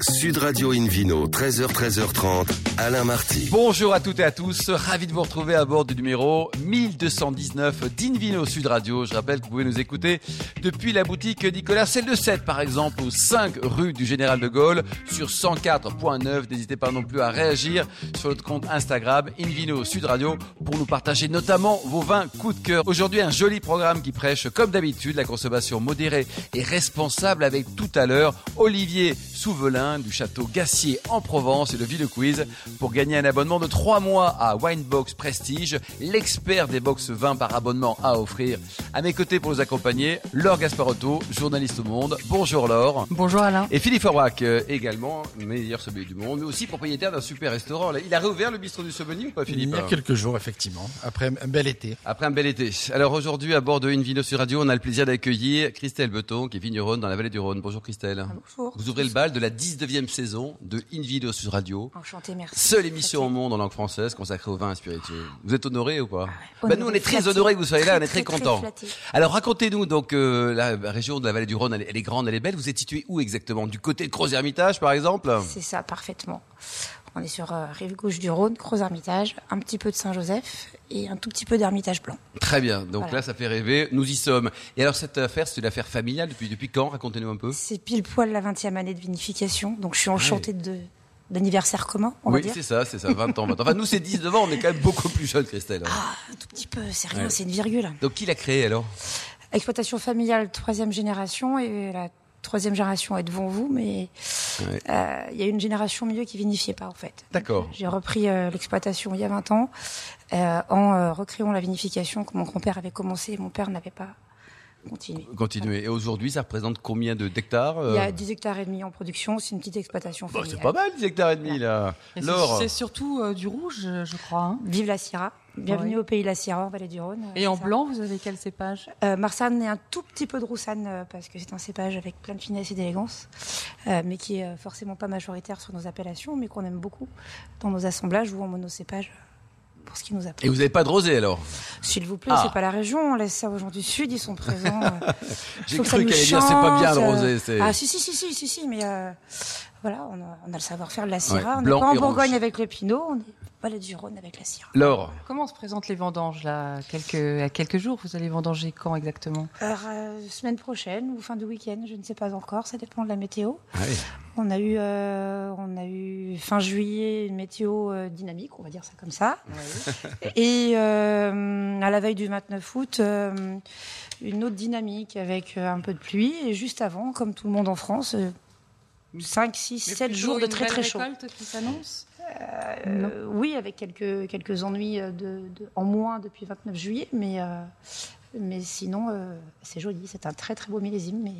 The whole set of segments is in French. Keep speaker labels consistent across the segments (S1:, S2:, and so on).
S1: Sud Radio Invino, 13h, 13h30, Alain Marty.
S2: Bonjour à toutes et à tous, ravi de vous retrouver à bord du numéro 1219 d'Invino Sud Radio. Je rappelle que vous pouvez nous écouter depuis la boutique Nicolas Celle de 7 par exemple, au 5 rue du Général de Gaulle, sur 104.9. N'hésitez pas non plus à réagir sur notre compte Instagram Invino Sud Radio pour nous partager notamment vos vins coup de cœur. Aujourd'hui, un joli programme qui prêche, comme d'habitude, la consommation modérée et responsable avec tout à l'heure Olivier Souvelin du château Gassier en Provence et le Ville Quiz pour gagner un abonnement de 3 mois à Winebox Prestige, l'expert des box vins par abonnement à offrir. À mes côtés pour nous accompagner, Laure Gasparotto, journaliste au Monde. Bonjour Laure.
S3: Bonjour Alain.
S2: Et Philippe Forbach, euh, également meilleur sommelier du monde, mais aussi propriétaire d'un super restaurant. Là, Il a réouvert le bistrot du sommelier ou pas
S4: Il
S2: Philippe euh,
S4: y a quelques jours, effectivement, après un bel été.
S2: Après un bel été. Alors aujourd'hui, à bord de Invino sur Radio, on a le plaisir d'accueillir Christelle Beton, qui est vigneronne dans la vallée du Rhône. Bonjour Christelle.
S3: Bonjour.
S2: Vous ouvrez le bal de la 19e saison de Invino sur Radio.
S3: Enchanté, merci.
S2: Seule émission au monde en langue française consacrée au vin spiritueux. Vous êtes honoré ou pas bah
S3: honoré,
S2: Nous, on est très
S3: flatté.
S2: honorés que vous soyez là,
S3: Très,
S2: on est très,
S3: Ah très, très
S2: contents.
S3: flatté.
S2: Alors, racontez-nous, donc, euh, la région de la vallée du Rhône, elle, elle est grande, elle est belle. Vous êtes situé où exactement Du côté de Croz-Hermitage, par exemple
S3: C'est ça, parfaitement. On est sur euh, rive gauche du Rhône, Gros Hermitage, un petit peu de Saint-Joseph et un tout petit peu d'Hermitage Blanc.
S2: Très bien. Donc
S3: Voilà.
S2: là, ça fait rêver. Nous y sommes. Et alors, cette affaire, c'est une affaire familiale depuis, depuis quand Racontez-nous un peu.
S3: C'est pile poil la 20e année de vinification, donc je suis enchantée de d'anniversaire commun, on
S2: oui,
S3: va dire.
S2: c'est ça, c'est ça, 20 ans, 20 ans. Enfin, nous, c'est 19 ans, on est quand même beaucoup plus jeunes, Christelle.
S3: Ah, un tout petit peu, c'est rien, c'est une virgule.
S2: Donc, qui l'a créé alors
S3: Exploitation familiale, troisième génération et la troisième génération est devant vous, mais euh,
S2: Ouais.
S3: il y a une génération au milieu qui vinifiait pas en fait.
S2: D'accord.
S3: J'ai repris euh, l'exploitation il y a 20 ans euh, en euh, recréant la vinification que mon grand-père avait commencé et mon père n'avait pas continué.
S2: Continuez. Et aujourd'hui, ça représente combien de d'hectares
S3: Il y a
S2: euh
S3: 10 hectares et demi en production, c'est une petite exploitation
S2: Bah,
S3: familiale.
S2: c'est pas mal, 10 hectares et demi, là.
S5: Et c'est-
S2: Laure.
S5: C'est surtout euh, du rouge, euh, je crois. hein.
S3: Vive la Syrah, bienvenue
S5: Ouais.
S3: au pays de la Syrah en Vallée du Rhône.
S5: Et en blanc, vous avez quel cépage
S3: Euh, Marsanne et un tout petit peu de Roussanne euh, parce que c'est un cépage avec plein de finesse et d'élégance, euh, mais qui est euh, forcément pas majoritaire sur nos appellations, mais qu'on aime beaucoup dans nos assemblages ou en monocépage euh, pour ce qui nous
S2: Et
S3: appelle.
S2: vous n'avez pas de rosé alors
S3: S'il vous plaît,
S2: Ah.
S3: c'est pas la région, on laisse ça aux gens du sud, ils sont présents. euh,
S2: J'ai
S3: faut
S2: cru
S3: que ça nous
S2: qu'elle allait dire c'est pas bien le
S3: change,
S2: rosé.
S3: euh,
S2: c'est-
S3: Ah si si si si si si, mais euh, voilà, on a, on a le savoir-faire de la
S2: Ouais,
S3: Syrah. on n'est
S2: blanc
S3: pas en
S2: et
S3: Bourgogne
S2: rouge.
S3: avec le Pinot, on est Vallée du Rhône avec la Syrah.
S2: Laure,
S5: Comment se présentent les vendanges là quelques, À quelques jours, vous allez vendanger quand exactement
S3: Alors, euh, semaine prochaine ou fin du week-end, je ne sais pas encore, ça dépend de la météo. On a eu, euh, on a eu fin juillet une météo euh, dynamique, on va dire ça comme ça. Et euh, à la veille du 29 août, euh, une autre dynamique avec euh, un peu de pluie. Et juste avant, comme tout le monde en France, euh, 5, 6, 7 jours de très très chaud.
S5: récolte qui s'annonce
S3: Euh, oui, avec quelques, quelques ennuis euh, de, de- en moins depuis 29 juillet, mais, euh, mais sinon, euh, c'est joli. C'est un très très beau millésime. Mais...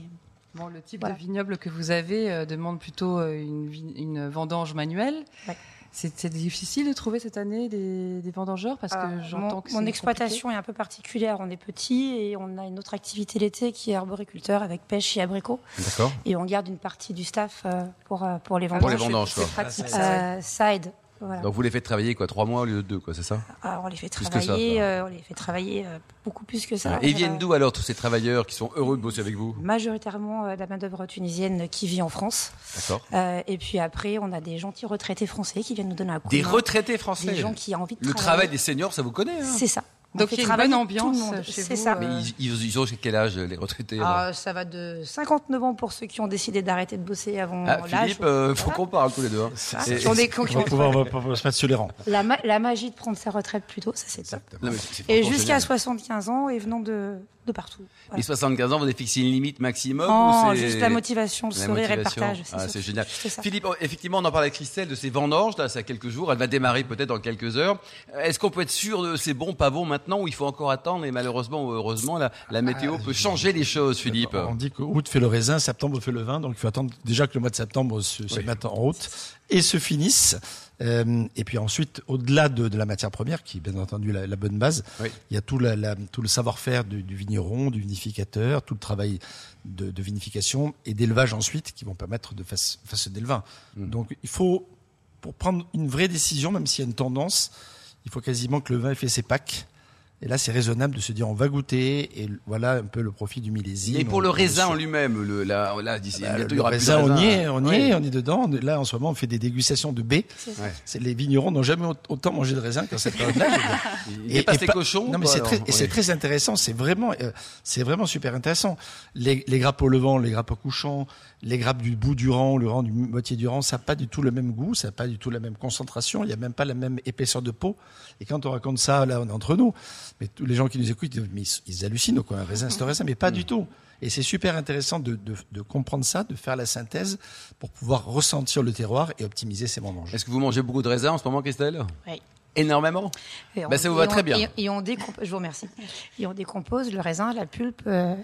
S5: Bon, le type
S3: Voilà.
S5: de vignoble que vous avez euh, demande plutôt euh, une, vi- une vendange manuelle.
S3: Ouais.
S5: C'est c'est difficile de trouver cette année des, des vendangeurs parce
S3: Alors,
S5: que j'entends
S3: Ah, mon,
S5: que
S3: mon
S5: c'est
S3: exploitation est un peu particulière. On est petit et on a une autre activité l'été qui est arboriculteur avec pêche et abricots.
S2: d'accord.
S3: Et on garde une partie du staff euh, pour, euh, pour les
S5: compliqué. Ah,
S3: vendanges.
S2: Ah, Pour les vendanges, quoi.
S5: C'est pratique. ça.
S3: Euh, ça aide. Voilà.
S2: Donc vous les faites travailler quoi, trois mois au lieu de deux, quoi, c'est ça
S3: Ah, on les fait
S2: Plus que ça,
S3: travailler,
S2: quoi.
S3: euh, on les fait travailler euh, beaucoup plus que ça.
S2: Et ils
S3: Euh,
S2: viennent d'où alors tous ces travailleurs qui sont heureux de bosser avec vous
S3: Majoritairement euh, de la main-d'œuvre tunisienne qui vit en France.
S2: D'accord.
S3: Euh, et puis après, on a des gentils retraités français qui viennent nous donner un coup
S2: Des
S3: de main.
S2: retraités
S3: Des
S2: français.
S3: gens qui ont envie de
S2: Le travail
S3: travailler.
S2: des seniors, ça vous connaît. hein
S3: C'est ça. On
S5: Donc,
S3: fait
S5: il y a une
S3: travailler
S5: bonne
S3: tout le
S5: ambiance
S3: monde.
S5: chez
S3: C'est
S5: vous,
S3: ça.
S5: euh,
S2: Mais ils, ils- ils ont jusqu'à quel âge les retraités alors
S3: Ah, ça va de 59 ans pour ceux qui ont décidé d'arrêter de bosser avant
S2: Ah,
S3: l'âge.
S2: Philippe, euh, faut qu'on parle tous les deux. hein. Et-
S3: Sur des cons qui
S4: On va
S3: ont-
S4: pouvoir on va pouvoir se mettre sur les rangs.
S3: La, ma- la magie de prendre sa retraite plus tôt, ça c'est top.
S2: Non, mais c'est- c'est
S3: Et
S2: franchement
S3: jusqu'à
S2: génial.
S3: 75 ans et venant de, de partout. Voilà.
S2: Et 75 ans, vous avez fixé une limite maximum
S3: Oh,
S2: ou c'est-
S3: juste la motivation, le
S2: La
S3: sourire et le
S2: motivation.
S3: partage.
S2: Ah,
S3: surtout-
S2: c'est génial.
S3: c'est ça.
S2: Philippe, oh, effectivement, on en parle avec Christelle de ces vendanges. Là, c'est à quelques jours. Elle va démarrer peut-être dans quelques heures. Euh, Est-ce qu'on peut être sûr de c'est bon, pas bon maintenant ou il faut encore attendre Et malheureusement ou heureusement, la, la météo peut changer les choses, Philippe.
S4: Ah, On dit qu'août fait le raisin, septembre fait le vin, donc il faut attendre déjà que le mois de septembre se, se mette en route et se finisse. Euh, et puis ensuite, au-delà de, de la matière première, qui est bien entendu la, la bonne base,
S2: Oui.
S4: il y a tout, la- la- tout le savoir-faire du, du vigneron, du vinificateur, tout le travail de, de vinification et d'élevage ensuite qui vont permettre de fac- façonner le vin.
S2: Hmm.
S4: Donc il faut, pour prendre une vraie décision, même s'il y a une tendance, il faut quasiment que le vin ait fait ses packs Et là, c'est raisonnable de se dire on va goûter et voilà un peu le profit du millésime.
S2: Mais pour
S4: On-
S2: le
S4: on
S2: raisin
S4: se-
S2: en lui-même, le, là, là, d'ici,
S4: Bah,
S2: bientôt, il y
S4: le
S2: aura plus de
S4: raisin, on y
S2: raisin.
S4: est, on y
S2: Ouais.
S4: est, on est dedans. Là, en ce moment, on fait des dégustations de baies.
S3: C'est ça.
S2: Ouais.
S4: C'est- Les vignerons n'ont jamais au- autant mangé de raisin qu'en cette période-là. je veux dire.
S2: Il dépasse les
S4: pas-
S2: cochons.
S4: Non, mais
S2: quoi,
S4: c'est
S2: alors
S4: très, et c'est
S2: Ouais.
S4: très intéressant. C'est vraiment, euh, c'est vraiment super intéressant. Les, les grappes au levant, les grappes au couchant, les grappes du bout du rang, le rang du moitié du rang, ça n'a pas du tout le même goût, ça n'a pas du tout la même concentration, il n'y a même pas la même épaisseur de peau. Et quand on raconte ça, là, on est entre nous. Mais tous les gens qui nous écoutent, ils, mais ils- ils hallucinent, quoi. Un raisin, c'est un raisin, mais pas
S2: Mm.
S4: du tout. Et c'est super intéressant de, de, de comprendre ça, de faire la synthèse pour pouvoir ressentir le terroir et optimiser ses bons manges.
S2: Est-ce que vous mangez beaucoup de raisins en ce moment, Christelle
S3: Ouais.
S2: Énormément
S3: Et on-
S2: Bah, ça vous
S3: et
S2: va
S3: on-
S2: très bien.
S3: Et, et on décompose, je vous remercie. Et on décompose le raisin, la pulpe euh,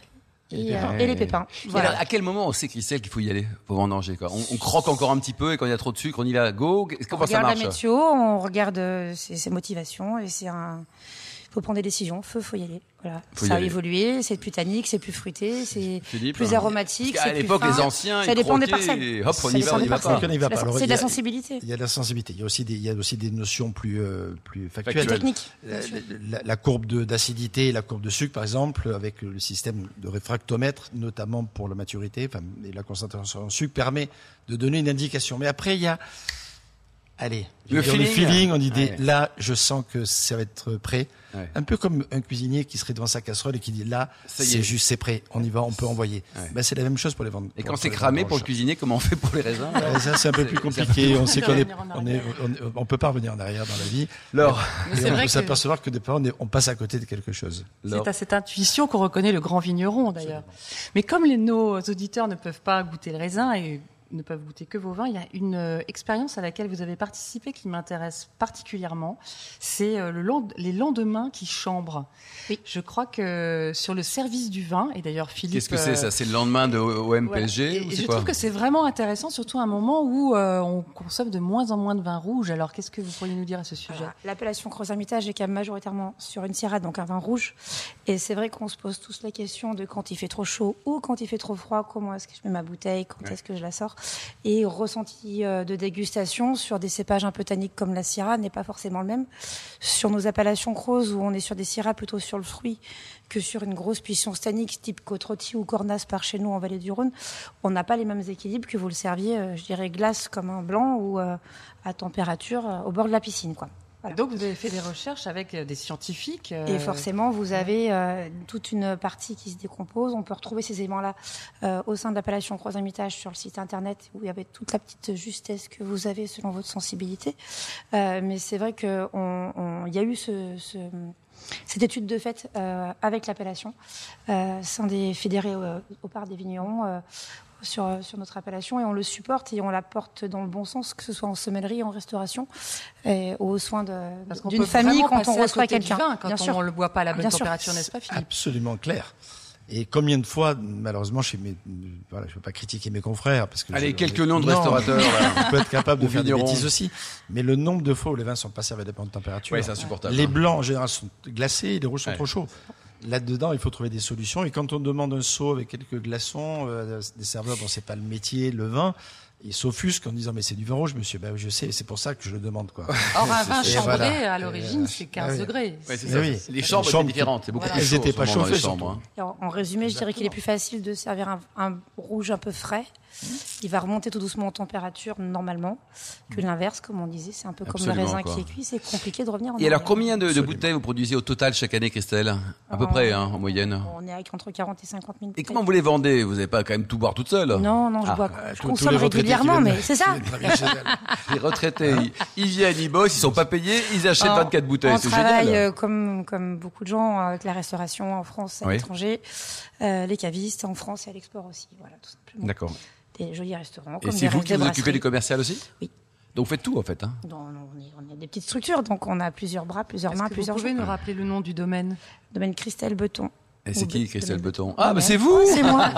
S3: et, euh, et les pépins.
S2: Et alors, à quel moment on sait, Christelle, qu'il faut y aller pour en danger quoi on, on croque encore un petit peu et quand il y a trop de sucre, on y va, go
S3: On
S2: Comment ça
S3: regarde la
S2: marche
S3: météo, on regarde euh, ses, ses motivations et c'est un. Faut prendre des décisions. Feu, faut y aller. Voilà.
S2: Faut y
S3: ça a
S2: aller.
S3: évolué. C'est plus tannique, c'est plus fruité, c'est
S2: Philippe
S3: plus aromatique.
S2: Parce qu'à
S3: c'est plus
S2: l'époque, les
S3: fin.
S2: anciens,
S3: ça
S2: ils
S3: dépend des
S2: croquaient
S3: parcelles.
S2: et hop, on
S3: Ça
S2: y va,
S3: dépend
S2: on
S3: des
S2: y va
S3: parcelles.
S2: pas.
S4: On y va pas.
S3: C'est la-
S4: Alors,
S3: C'est
S4: il
S3: de
S4: y
S3: la
S4: a-
S3: sensibilité.
S4: Il y a de la sensibilité. Il y a aussi des, il y a aussi des notions plus, euh, plus factuelles.
S2: Factuelles.
S3: Technique.
S4: La,
S3: bien sûr.
S4: la- la courbe de- d'acidité et la courbe de sucre, par exemple, avec le système de réfractomètre, notamment pour la maturité, enfin, et la concentration en sucre, permet de donner une indication. Mais après, il y a, allez, je
S2: Le
S4: veux dire,
S2: feeling.
S4: on dit, des-
S2: Ouais.
S4: là, je sens que ça va être prêt.
S2: Ouais.
S4: Un peu comme un cuisinier qui serait devant sa casserole et qui dit, là,
S2: Ça y est.
S4: c'est juste, c'est prêt, on y va, on peut envoyer.
S2: Ouais.
S4: Ben, c'est la même chose pour les ventes.
S2: Et quand c'est cramé pour le cuisinier, comment on fait pour les raisins
S4: Ouais, ça, c'est un peu plus compliqué. On sait
S5: On
S4: qu'on est,
S5: peut revenir en
S4: on est, on, on peut pas revenir en arrière dans la vie.
S2: Laure,
S5: Mais
S4: Et
S5: c'est
S4: on
S5: vrai
S4: peut
S5: que
S4: s'apercevoir que des fois, on, est- on passe à côté de quelque chose.
S2: Laure.
S5: c'est à cette intuition qu'on reconnaît le grand vigneron d'ailleurs. Mais comme les- nos auditeurs ne peuvent pas goûter le raisin et ne peuvent goûter que vos vins, il y a une euh, expérience à laquelle vous avez participé qui m'intéresse particulièrement. C'est euh, le lend- les lendemains qui chambrent.
S3: Oui.
S5: Je crois que euh, sur le service du vin, et d'ailleurs Philippe...
S2: qu'est-ce que
S5: euh,
S2: c'est ça C'est le lendemain de
S5: Voilà.
S2: OMPSG
S5: Et-
S2: ou
S5: et
S2: c'est
S5: je
S2: quoi
S5: trouve que c'est vraiment intéressant, surtout à un moment où euh, on consomme de moins en moins de vin rouge. Alors, qu'est-ce que vous pourriez nous dire à ce sujet
S3: Voilà. L'appellation Gros Hermitage est quand même majoritairement sur une syrah, donc un vin rouge. Et c'est vrai qu'on se pose tous la question de quand il fait trop chaud ou quand il fait trop froid, comment est-ce que je mets ma bouteille, quand est-ce que je la sors. Et ressenti euh, de dégustation sur des cépages un peu tanniques comme la syrah n'est pas forcément le même. Sur nos appellations crozes, où on est sur des syrahs plutôt sur le fruit que sur une grosse puissance tannique type côte rôtie ou cornasse par chez nous en vallée du Rhône, on n'a pas les mêmes équilibres que vous le serviez, euh, je dirais, glace comme un blanc ou euh, à température euh, au bord de la piscine. quoi. Voilà.
S5: Donc, vous avez fait des recherches avec euh, des scientifiques. euh,
S3: Et forcément, vous avez euh, toute une partie qui se décompose. On peut retrouver ces éléments-là euh, au sein de l'appellation Croix Hermitage sur le site internet où il y avait toute la petite justesse que vous avez selon votre sensibilité. Euh, mais c'est vrai qu'il on, on- il y a eu ce- ce- cette étude de fait euh, avec l'appellation, euh, sein des fédérés euh, au part des vignerons. euh, sur, sur notre appellation et on le supporte et on la porte dans le bon sens, que ce soit en semellerie, en restauration, et aux soins de-
S5: parce qu'on
S3: d'une
S5: peut
S3: famille
S5: vraiment
S3: quand
S5: passer
S3: on
S5: à
S3: reçoit
S5: côté du
S3: quelqu'un.
S5: vin Quand
S3: Bien
S5: on
S3: sûr.
S5: ne le boit pas à la bonne
S3: Bien sûr.
S5: température, n'est-ce pas,
S4: C'est
S5: Philippe
S4: absolument clair. Et combien de fois, malheureusement, chez mes, voilà, je ne veux pas critiquer mes confrères parce que
S2: Allez,
S4: je-
S2: quelques noms de
S4: Non,
S2: restaurateurs, là.
S4: On peut être capable de
S2: Ou
S4: faire des
S2: vignerons.
S4: bêtises aussi, mais le nombre de fois où les vins sont passés à la bonne température.
S2: Ouais, c'est insupportable.
S4: Les blancs en général sont glacés, les rouges sont
S2: Ouais.
S4: trop chauds. Là-dedans, il faut trouver des solutions. Et quand on demande un seau avec quelques glaçons, euh, des serveurs, bon, c'est pas le métier, le vin, ils s'offusquent en disant mais c'est du vin rouge, monsieur. Ben, je sais, c'est pour ça que je le demande quoi.
S5: Or, un vin
S4: c'est-
S5: chambré,
S4: voilà.
S5: à l'origine, c'est 15
S4: Ah oui.
S5: degrés.
S2: Ouais, c'est
S4: Mais
S2: ça.
S4: oui.
S2: Les chambres
S4: Les
S2: étaient
S4: chambres-
S2: différentes. C'est beaucoup
S5: Voilà.
S2: plus
S4: Elles
S2: chaud
S4: étaient
S2: en ce
S4: pas
S2: moment dans les
S4: chauffées,
S2: chambres,
S4: surtout.
S2: hein.
S3: Alors, en résumé, je dirais qu'il est plus facile de servir un, un rouge un peu frais.
S2: Mmh.
S3: Il va remonter tout doucement en température normalement que l'inverse, comme on disait. C'est un peu comme le
S2: Mmh. Absolument,
S3: raisin
S2: quoi.
S3: qui est cuit, c'est compliqué de revenir en
S2: Et alors,
S3: arrière.
S2: combien de, de bouteilles vous produisez au total chaque année, Christelle À peu
S3: Euh,
S2: près, hein, en moyenne.
S3: On est avec entre 40 et 50 000
S2: Et comment vous les vendez Vous n'allez pas quand même tout boire toute seule
S3: Non, non, je
S2: Ah,
S3: bois,
S4: Euh,
S3: je
S4: tous- tous
S3: consomme
S4: les retraités qui
S3: régulièrement,
S4: viennent-
S3: mais c'est ça.
S4: qui viennent travailler chez elles.
S2: Les retraités, ils, ils viennent, ils bossent, ils sont pas payés, ils achètent
S3: On-
S2: 24 bouteilles.
S3: On
S2: C'est
S3: travaille
S2: génial.
S3: euh, comme, comme beaucoup de gens euh, avec la restauration en France et à
S2: Oui.
S3: l'étranger, euh, les cavistes en France et à l'export aussi. Voilà, tout simplement.
S2: D'accord.
S3: Des jolis restaurants.
S2: Et
S3: comme
S2: c'est
S3: des
S2: vous
S3: restes
S2: qui
S3: de
S2: vous occupez
S3: brasserie.
S2: du commercial aussi
S3: Oui.
S2: Donc vous faites tout en fait. Hein.
S3: Non, non, on, est, on est des petites structures, donc on a plusieurs bras, plusieurs
S5: Est-ce
S3: mains,
S5: que vous
S3: plusieurs
S5: pouvez
S3: jambes.
S5: nous rappeler le nom du domaine
S3: Domaine Christelle Beton.
S2: Et c'est
S3: Ou
S2: qui
S3: Be-
S2: Christelle
S3: Domaine
S2: Beton Ah, mais
S3: Ouais.
S2: c'est vous
S3: Ouais, C'est moi.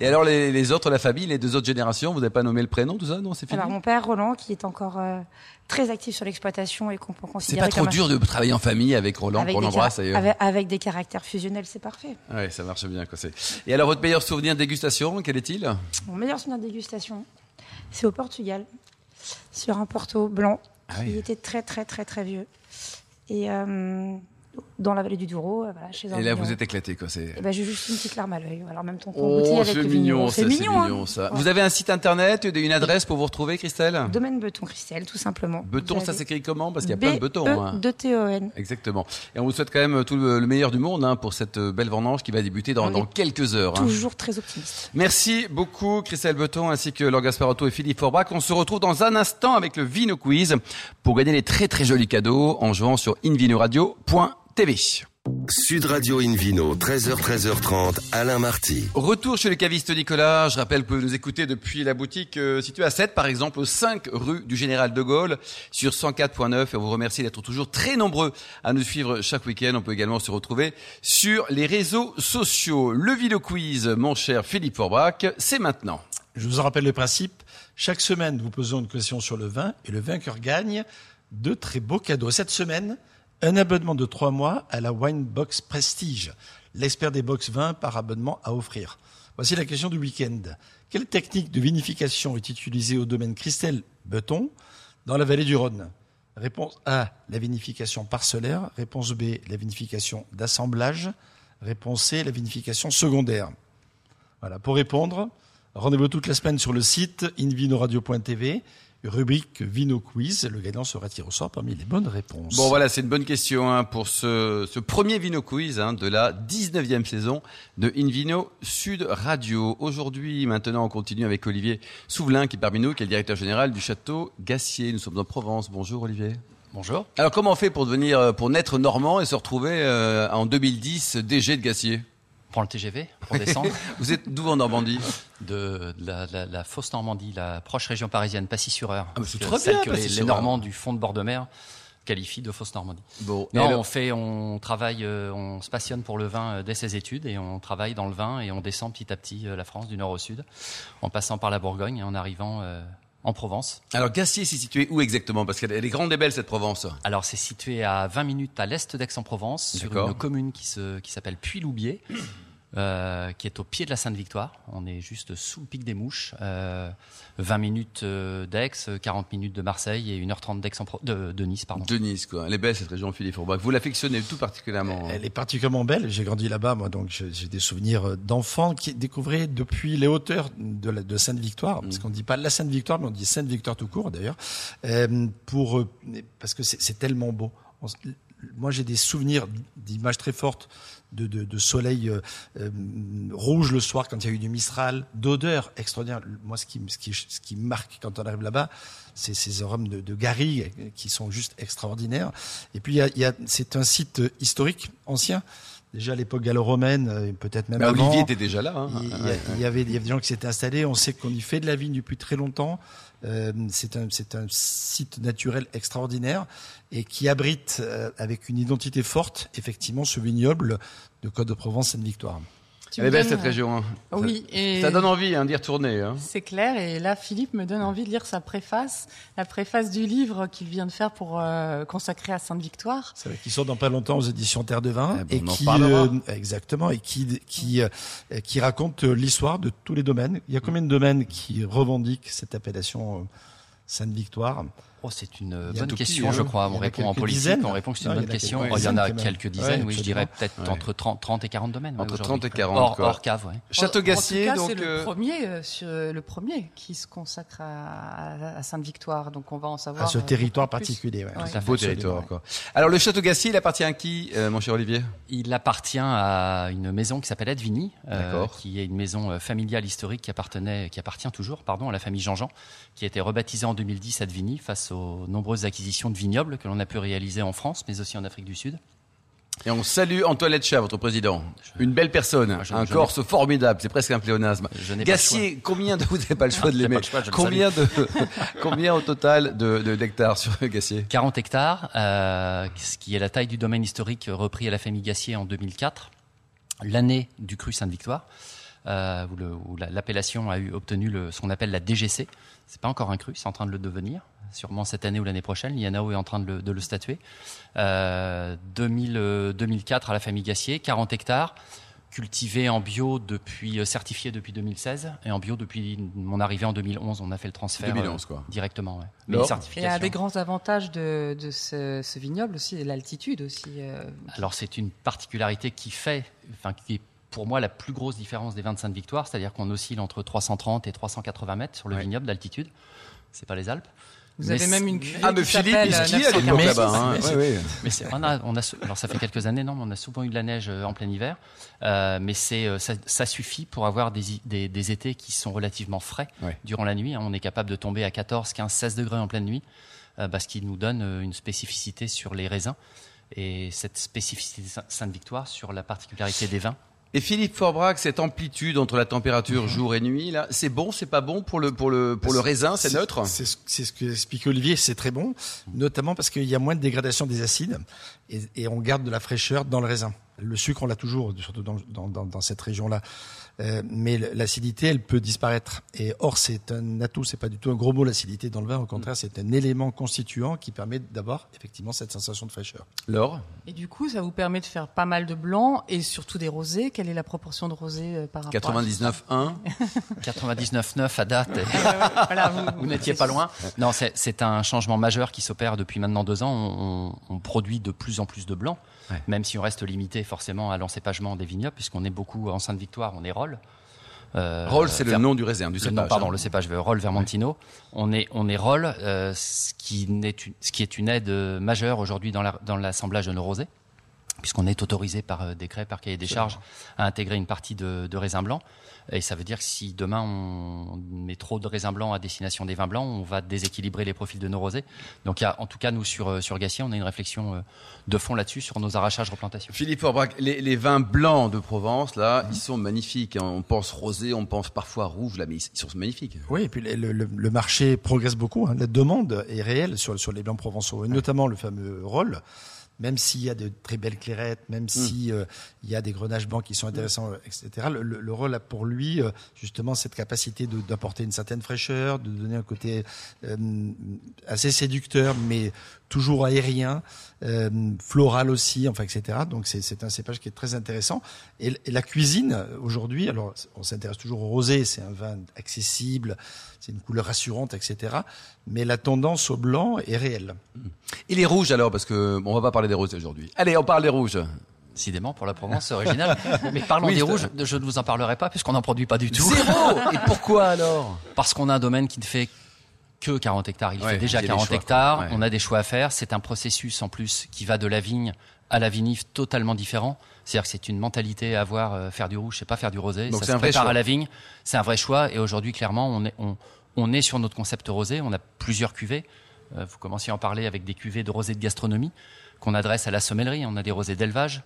S2: Et alors les, les autres, la famille, les deux autres générations, vous n'avez pas nommé le prénom, tout ça Non, c'est fini
S3: Alors mon père Roland, qui est encore euh, très actif sur l'exploitation et qu'on peut
S2: C'est
S3: considérer
S2: pas trop
S3: comme un-
S2: dur de travailler en famille avec Roland,
S3: avec
S2: qu'on
S3: des Ah bah.
S2: embrasse
S3: cara-
S2: d'ailleurs.
S3: avec- avec des caractères fusionnels, c'est parfait.
S2: Ouais, ça marche bien. Quoi. c'est- Et alors votre meilleur souvenir de dégustation, quel est-il
S3: Mon meilleur souvenir de dégustation, c'est au Portugal, sur un Porto blanc
S2: Ah oui.
S3: qui était très très très très vieux. Et euh, dans la vallée du Douro, euh, voilà, chez un
S2: Et là,
S3: vigneron.
S2: vous êtes éclaté, quoi. C'est.
S3: Eh ben, j'ai juste une petite larme à l'œil. Alors, en même temps qu'on
S2: Oh,
S3: goûtait avec
S2: c'est
S3: le
S2: mignon,
S3: vigneron.
S2: ça, c'est
S3: hein.
S2: mignon, ça. Vous avez un site internet, une adresse pour vous retrouver, Christelle
S3: Domaine Beton, Christelle, tout simplement.
S2: Beton, ça s'écrit comment Parce qu'il y a
S3: E
S2: plein de betons. hein.
S3: De T-O-N.
S2: Exactement. Et on vous souhaite quand même euh, tout le le meilleur du monde hein, pour cette euh, belle vendange qui va débuter dans,
S3: On est
S2: dans quelques heures. hein.
S3: Toujours très optimiste.
S2: Merci beaucoup Christelle Beton ainsi que Laure Gasparotto et Philippe Forbrac. On se retrouve dans un instant avec le Vino Quiz pour gagner les très très jolis cadeaux en jouant sur invinoradio.tv.
S1: Sud Radio Invino, 13h, 13h30, Alain Marty.
S2: Retour chez le caviste Nicolas. Je rappelle que vous pouvez nous écouter depuis la boutique euh, située à 7 par exemple, au 5 rue du Général de Gaulle sur 104.9. Et on vous remercie d'être toujours très nombreux à nous suivre chaque week-end. On peut également se retrouver sur les réseaux sociaux. Le Vino Quiz, mon cher Philippe Forbrac, c'est maintenant.
S4: Je vous en rappelle le principe. Chaque semaine, nous posons une question sur le vin et le vainqueur gagne de très beaux cadeaux. Cette semaine, un abonnement de trois mois à la Wine Box Prestige, l'expert des box vins par abonnement à offrir. Voici la question du week-end. Quelle technique de vinification est utilisée au domaine Christelle Beton dans la vallée du Rhône Réponse A, la vinification parcellaire. Réponse B, la vinification d'assemblage. Réponse C, la vinification secondaire. Voilà, pour répondre, rendez-vous toute la semaine sur le site invinoradio.tv, rubrique Vino Quiz. Le gagnant sera tiré au sort parmi les bonnes réponses.
S2: Bon voilà, c'est une bonne question hein, pour ce, ce premier Vino Quiz hein, de la 19e saison de Invino Sud Radio. Aujourd'hui, maintenant, on continue avec Olivier Souvelin qui est parmi nous, qui est le directeur général du château Gassier. Nous sommes en Provence. Bonjour Olivier.
S4: Bonjour.
S2: Alors comment on fait pour devenir, euh, pour naître normand et se retrouver euh, en 2010 DG de Gassier
S6: prends le TGV pour descendre
S2: Vous êtes d'où en Normandie
S6: de, de la, la- la fausse Normandie, la proche région parisienne, Passy-sur-Eure.
S2: Ah, mais c'est
S6: Que-
S2: très
S6: celle
S2: bien,
S6: que les, les
S2: Passy-sur-Eure.
S6: Normands du fond de bord de mer qualifient de fausse Normandie.
S2: Bon, et
S6: Non,
S2: alors-
S6: on fait, on travaille, euh, on se passionne pour le vin euh, dès ses études et on travaille dans le vin et on descend petit à petit euh, la France du nord au sud, en passant par la Bourgogne et en arrivant euh, en Provence.
S2: alors Gassier, c'est situé où exactement Parce qu'elle elle est grande et belle cette Provence.
S6: Alors, c'est situé à 20 minutes à l'est d'Aix-en-Provence, sur
S2: D'accord.
S6: une commune qui se- qui s'appelle Puy-Loubier, euh, qui est au pied de la Sainte-Victoire. On est juste sous le pic des mouches. euh, 20 minutes euh, d'Aix, 40 minutes de Marseille et 1h30 d'Aix-en-Pro- de, de Nice. Pardon.
S2: De Nice, quoi. Elle est belle cette région, Philippe Fourbac. Vous l'affectionnez tout particulièrement. hein.
S4: Elle est particulièrement belle. J'ai grandi là-bas, moi, donc j'ai j'ai des souvenirs d'enfants qui découvraient depuis les hauteurs de, la- de Sainte-Victoire, parce qu'on ne dit pas la Sainte-Victoire, mais on dit Sainte-Victoire tout court, d'ailleurs, euh, pour euh, parce que c'est c'est tellement beau. On s- moi, j'ai des souvenirs d'images très fortes de, de, de soleil euh, euh, rouge le soir quand il y a eu du Mistral, d'odeurs extraordinaires. Moi, ce qui, me- ce, qui, ce qui me marque quand on arrive là-bas, c'est ces arômes de, de garrigue euh, qui sont juste extraordinaires. Et puis, il y a, il y a- c'est un site euh, historique, ancien, déjà à l'époque gallo-romaine, euh, et peut-être même
S2: Bah,
S4: avant.
S2: Olivier était déjà là. hein.
S4: Il, il y a- il y avait, il y avait des gens qui s'étaient installés. On sait qu'on y fait de la vigne depuis très longtemps. Euh, c'est un, c'est un site naturel extraordinaire et qui abrite euh, avec une identité forte, effectivement, ce vignoble de Côte de Provence Sainte-Victoire.
S5: Tu
S2: Elle
S5: me
S2: est belle
S5: donnes- euh,
S2: cette région. hein. Ça-
S5: Oui, et
S2: Ça donne envie hein, d'y retourner. Hein.
S5: c'est clair. Et là, Philippe me donne envie de lire sa préface, la préface du livre qu'il vient de faire pour euh, consacrer à Sainte-Victoire.
S4: C'est vrai qu'ils sortent dans pas longtemps aux éditions Terre de Vin
S2: Eh ben,
S4: et
S2: on en
S4: qui euh,
S2: parlera.
S4: exactement et qui qui euh, qui raconte euh, l'histoire de tous les domaines.
S2: Mm.
S4: Il y a combien de domaines qui revendiquent cette appellation euh, Sainte-Victoire
S6: Oh, c'est une euh,
S4: Il y a
S6: bonne
S4: tout petit,
S6: question,
S4: hein.
S6: je crois.
S4: Il y
S6: On
S4: en a
S6: répond en
S4: quelques
S6: politique,
S4: dizaines.
S6: on répond que c'est
S4: Ah, il
S6: une
S4: y en
S6: bonne
S4: a
S6: question.
S4: quelques
S6: Oh, Il y en a
S4: dizaines, quand même.
S6: quelques dizaines,
S4: Ouais,
S6: oui, je
S4: absolument.
S6: dirais peut-être
S2: Ouais.
S6: entre 30, 30 et 40 domaines. oui,
S2: Entre
S6: aujourd'hui.
S2: 30 et 40,
S6: Hors,
S2: quoi.
S6: hors cave, oui.
S2: Château Gassier,
S5: en tout cas,
S2: donc.
S5: c'est
S2: euh,
S5: le premier, euh, sur- le premier qui se consacre à, à- à Sainte-Victoire. Donc, on va en savoir.
S4: à ce
S5: euh,
S4: territoire
S5: beaucoup plus.
S4: particulier ouais.
S5: Ouais.
S6: Ah, Tout à fait,
S2: Beau
S6: absolument,
S2: territoire,
S6: ouais.
S2: quoi. Alors, le château Gassier, il appartient à qui, euh, mon cher Olivier
S6: Il appartient à une maison qui s'appelle Advigny, euh,
S2: D'accord.
S6: qui est une maison euh, familiale historique qui appartenait, qui appartient toujours, pardon, à la famille Jean-Jean, qui a été rebaptisée en 2010 Advigny face aux nombreuses acquisitions de vignobles que l'on a pu réaliser en France, mais aussi en Afrique du Sud.
S2: Et on salue Antoinette Chat, votre président. Une belle personne,
S6: Ah, je-
S2: un
S6: je
S2: Corse formidable, c'est presque un pléonasme.
S6: Je n'ai pas le choix.
S2: Gassier, combien de... Vous n'avez pas le choix de
S6: j'ai
S2: l'aimer.
S6: pas le choix, je le
S2: Combien, de... combien au total de, de- d'hectares sur Gassier
S6: 40 hectares, euh, ce qui est la taille du domaine historique repris à la famille Gassier en 2004, l'année du cru Sainte-Victoire, euh, où, le- où la- l'appellation a eu, obtenu le- ce qu'on appelle la DGC. C'est pas encore un cru, c'est en train de le devenir, sûrement cette année ou l'année prochaine. L'IANAO est en train de le, de le statuer. Euh, 2000, euh, 2004 à la famille Gassier, 40 hectares. cultivé en bio depuis, euh, certifié depuis 2016 et en bio depuis mon arrivée en 2011. On a fait le transfert euh,
S2: 2011, quoi.
S6: directement. Ouais.
S2: Laure
S6: les
S5: Et un
S6: certifications.
S5: des grands avantages de, de ce, ce vignoble aussi, l'altitude aussi. euh,
S6: Alors c'est une particularité qui fait, enfin qui est pour moi la plus grosse différence des 25 victoires, c'est-à-dire qu'on oscille entre 330 et 380 mètres sur le
S2: Ouais.
S6: vignoble d'altitude. C'est pas les Alpes.
S5: Vous
S6: Mais
S5: avez même une cuvée
S2: Ah, mais
S5: qui
S2: Philippe,
S5: s'appelle
S2: il skie à
S5: euh,
S2: l'époque
S5: 946.
S2: là-bas. hein. Ouais, ouais.
S6: Mais c'est- on a, on a sou- alors ça fait quelques années, non, mais on a souvent eu de la neige euh, en plein hiver. Euh, mais c'est, euh, ça, ça suffit pour avoir des, i- des, des étés qui sont relativement frais
S2: Ouais.
S6: durant la nuit. hein. On est capable de tomber à 14, 15, 16 degrés en pleine nuit, euh, bah, ce qui nous donne euh, une spécificité sur les raisins. Et cette spécificité de Saint- Sainte-Victoire sur la particularité des vins.
S2: Et Philippe Forbrac, cette amplitude entre la température jour et nuit, là, c'est bon, c'est pas bon pour le, pour le, pour le raisin, Mhm. Hein, c'est neutre
S4: C'est ce- c'est ce que explique Olivier, c'est très bon, notamment parce qu'il y a moins de dégradation des acides et, et on garde de la fraîcheur dans le raisin. Le sucre, on l'a toujours, surtout dans, dans, dans, dans cette région-là. Euh, mais le- l'acidité, elle peut disparaître. Et or, c'est un atout, c'est pas du tout un gros mot l'acidité dans le vin. Au contraire, c'est un élément constituant qui permet d'avoir effectivement cette sensation de fraîcheur.
S2: Laure
S5: Et du coup, ça vous permet de faire pas mal de blancs et surtout des rosés. Quelle est la proportion de rosés euh, par rapport
S2: 99,1
S6: 99,9 à date.
S5: à... Euh, voilà, vous,
S6: Vous n'étiez pas loin. Non, c'est- c'est un changement majeur qui s'opère depuis maintenant deux ans. On, on- on produit de plus en plus de blanc,
S2: Ouais.
S6: même si on reste limité forcément à l'encépagement des vignobles, puisqu'on est beaucoup en Sainte-Victoire, on est Roll. Euh,
S2: Roll, c'est le
S6: Ver-
S2: nom du raisin, du
S6: le
S2: cépage.
S6: nom, pardon,
S2: hein.
S6: le cépage euh, Roll Vermentino. On est, on est Roll, euh, ce, qui n'est une- ce qui est une aide euh, majeure aujourd'hui dans la- dans l'assemblage de nos rosés, puisqu'on est autorisé par euh, décret, par cahier des charges, à intégrer une partie de, de raisin blanc. Et ça veut dire que si demain on met trop de raisins blancs à destination des vins blancs, on va déséquilibrer les profils de nos rosés. Donc il y a, en tout cas, nous, sur, euh, sur Gassier, on a une réflexion euh, de fond là-dessus sur nos arrachages replantations.
S2: Philippe Forbrac, les, les vins blancs de Provence, là, ils sont magnifiques. hein. On pense rosé, on pense parfois rouge, là, mais ils ils sont magnifiques.
S4: Oui, et puis le, le- le marché progresse beaucoup. hein. La demande est réelle sur, sur les blancs provençaux, et notamment le fameux rôle. Même s'il y a de très belles clairettes, même si euh, il y a des grenages blancs qui sont intéressants, euh, etc. Le, le, le rôle a pour lui euh, justement cette capacité de- d'apporter une certaine fraîcheur, de donner un côté euh, assez séducteur, mais toujours aérien, euh, floral aussi, enfin, etc. Donc c'est- c'est un cépage qui est très intéressant. Et, l- et la cuisine, aujourd'hui, alors on s'intéresse toujours au rosé, c'est un vin accessible, c'est une couleur rassurante, etc. Mais la tendance au blanc est réelle.
S2: Et les rouges, alors, parce que bon, on va pas parler des rosés aujourd'hui. Allez, on parle des rouges.
S6: Décidément, pour la Provence c'est original. Mais parlons
S2: Oui,
S6: des
S2: c'est-
S6: rouges, je ne vous en parlerai pas, puisqu'on n'en produit pas du tout.
S2: Zéro Et pourquoi, alors
S6: parce qu'on a un domaine qui ne fait que 40 hectares. Il
S2: Ouais,
S6: fait déjà
S2: il y a des
S6: 40
S2: choix, quoi.
S6: hectares.
S2: Ouais.
S6: On a des choix à faire. C'est un processus en plus qui va de la vigne à la vinif totalement différent. C'est-à-dire que c'est une mentalité à avoir euh, faire du rouge, c'est pas faire du rosé.
S2: Donc
S6: ça
S2: c'est
S6: se
S2: un vrai
S6: prépare
S2: choix.
S6: à la vigne. C'est un vrai choix. Et aujourd'hui, clairement, on est, on, on est sur notre concept rosé. On a plusieurs cuvées. Euh, vous commencez à en parler avec des cuvées de rosé de gastronomie qu'on adresse à la sommellerie. On a des rosés d'élevage.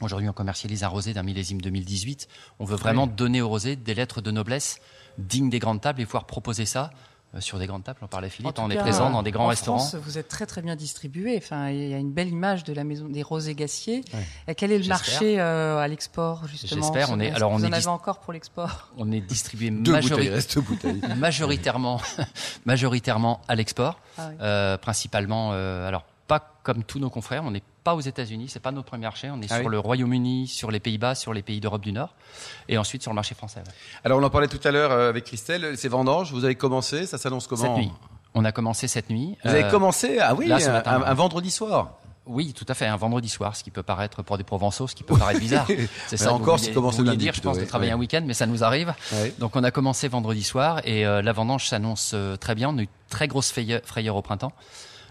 S6: Aujourd'hui, on commercialise un rosé d'un millésime 2018. On veut vraiment donner au rosé des lettres de noblesse dignes des grandes tables et pouvoir proposer ça euh, sur des grandes tables. On parlait Philippe,
S5: En
S6: on
S5: tout
S6: est
S5: cas,
S6: présent dans des grands
S5: en
S6: restaurants.
S5: France, vous êtes très très bien distribué. Enfin, il y a une belle image de la maison des rosés gassiers. Et Quel est le
S6: J'espère.
S5: marché euh, à l'export justement
S6: J'espère, on est-
S5: que
S6: alors, on
S5: vous
S6: est
S5: en
S6: dis-
S5: avez encore pour l'export.
S6: On est distribué
S2: Deux
S6: majori-
S2: bouteilles, il reste deux bouteilles.
S6: majoritairement, majoritairement à l'export,
S5: Ah oui.
S6: Euh, principalement. euh, alors pas comme tous nos confrères, on n'est pas aux États-Unis, c'est pas notre premier marché. On est
S2: Ah
S6: sur
S2: oui.
S6: le Royaume-Uni, sur les Pays-Bas, sur les pays d'Europe du Nord, et ensuite sur le marché français. ouais.
S2: Alors, on en parlait tout à l'heure euh, avec Christelle. C'est vendange, vous avez commencé, ça s'annonce comment
S6: Cette nuit, on a commencé cette nuit.
S2: Vous avez
S6: Euh,
S2: commencé, ah oui,
S6: là, ce
S2: un-
S6: matin,
S2: un,
S6: ouais.
S2: un vendredi soir.
S6: Oui, tout à fait, un vendredi soir, ce qui peut paraître pour des Provençaux, ce qui peut paraître bizarre.
S2: Mais
S6: C'est ça que
S2: encore,
S6: vous
S2: ça
S6: vouliez-
S2: commence
S6: vous vouliez
S2: lundi
S6: dire, je
S2: plutôt,
S6: pense, de
S2: ouais,
S6: travailler
S2: ouais.
S6: un week-end, mais ça nous arrive.
S2: Ouais.
S6: Donc on a commencé vendredi soir et euh, la vendange s'annonce euh, très bien. On a eu une très grosse frayeur, frayeur au printemps.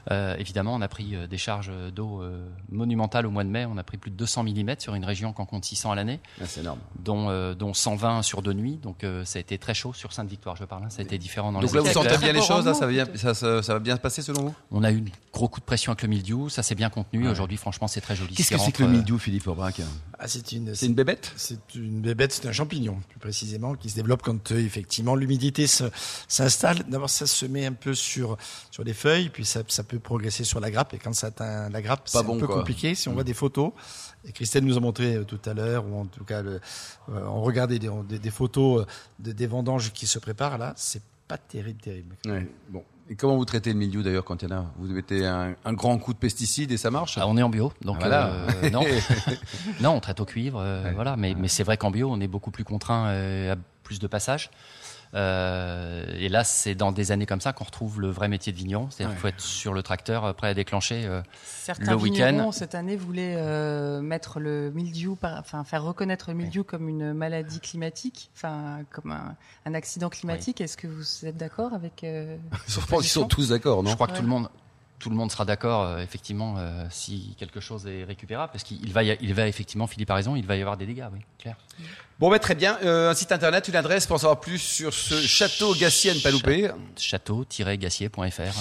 S6: Euh, évidemment, on a pris euh, des charges d'eau euh, monumentales au mois de mai. On a pris plus de 200 mm sur une région qu'en compte 600 à l'année,
S2: Ah, c'est énorme.
S6: dont, euh, dont 120 sur deux nuits. Donc euh, ça a été très chaud sur Sainte-Victoire, je parle. hein. Ça a été différent dans
S2: Donc
S6: les
S2: là, vous
S6: éclairs.
S2: sentez bien les
S5: Très
S2: choses, là,
S5: bon
S2: ça, va bien,
S5: plutôt.
S2: ça, ça- ça va bien se passer selon vous
S6: On a eu un gros coup de pression avec le mildiou. Ça s'est bien contenu. Aujourd'hui, franchement, c'est très joli. Ce qui rentre, euh,
S2: Philippe Aubrac
S4: Ah, c'est une,
S2: C'est une bébête
S4: C'est une bébête, c'est un champignon, plus précisément, qui se développe quand euh, effectivement l'humidité se- s'installe. D'abord, ça se met un peu sur sur les feuilles, puis ça, ça peut progresser sur la grappe. Et quand ça atteint la grappe, c'est
S2: bon,
S4: un peu
S2: quoi. Mm.
S4: compliqué. Si on voit des photos, et Christelle nous a montré euh, tout à l'heure, ou en tout cas, le- euh, on regardait des, on- des, des photos euh, de, des vendanges qui se préparent là. C'est pas terrible, terrible.
S2: Ouais. Bon. Et comment vous traitez le milieu d'ailleurs quand il y en a Vous mettez un, un grand coup de pesticide et ça marche
S6: Ah, on est en bio, donc
S2: Ah, voilà.
S6: euh, non. non, on traite au cuivre, euh,
S2: Ouais.
S6: voilà. Mais, mais c'est vrai qu'en bio, on est beaucoup plus contraint euh, à plus de passages. Euh, et là, c'est dans des années comme ça qu'on retrouve le vrai métier de vigneron. C'est-à-dire qu'il faut être sur le tracteur, euh, prêt à déclencher. euh,
S5: Certains
S6: Le week-end.
S5: vignerons cette année voulaient euh, mettre le mildiou, par- enfin faire reconnaître le mildiou comme une maladie climatique, enfin comme un, un accident climatique. Est-ce que vous êtes d'accord avec euh,
S2: Je pense qu'ils sont tous d'accord, non
S6: Je crois que
S5: Ouais.
S6: tout le monde, tout le monde sera d'accord, euh, effectivement, euh, si quelque chose est récupérable, parce qu'il va, y a- il va effectivement, Philippe a raison, il va y avoir des dégâts, oui, clair.
S2: Bon, bah, très bien. Euh, un site internet, une adresse pour en savoir plus sur ce château Gassienne pas loupé.
S6: Château-gassier.fr. euh,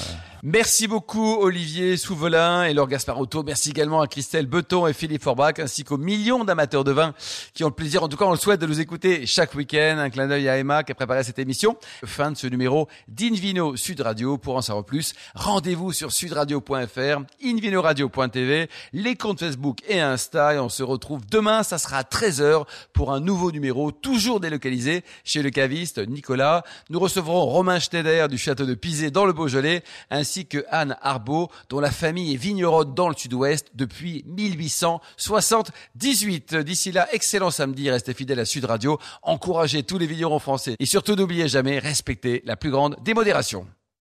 S2: Merci beaucoup Olivier Souvelin et Laure Gasparotto. Merci également à Christelle Beton et Philippe Forbach, ainsi qu'aux millions d'amateurs de vin qui ont le plaisir, en tout cas on le souhaite, de nous écouter chaque week-end. Un clin d'œil à Emma qui a préparé cette émission. Fin de ce numéro d'Invino Sud Radio. Pour en savoir plus, rendez-vous sur sudradio.fr, invinoradio.tv, les comptes Facebook et Insta. Et on se retrouve demain, ça sera à 13h pour un nouveau numéro, toujours délocalisé chez le caviste Nicolas. Nous recevrons Romain Schneider du château de Pizé dans le Beaujolais, ainsi que Anne Arbeau, dont la famille est vigneronne dans le sud-ouest depuis 1878. D'ici là, excellent samedi, restez fidèles à Sud Radio, encouragez tous les vignerons français et surtout n'oubliez jamais, respectez la plus grande démodération.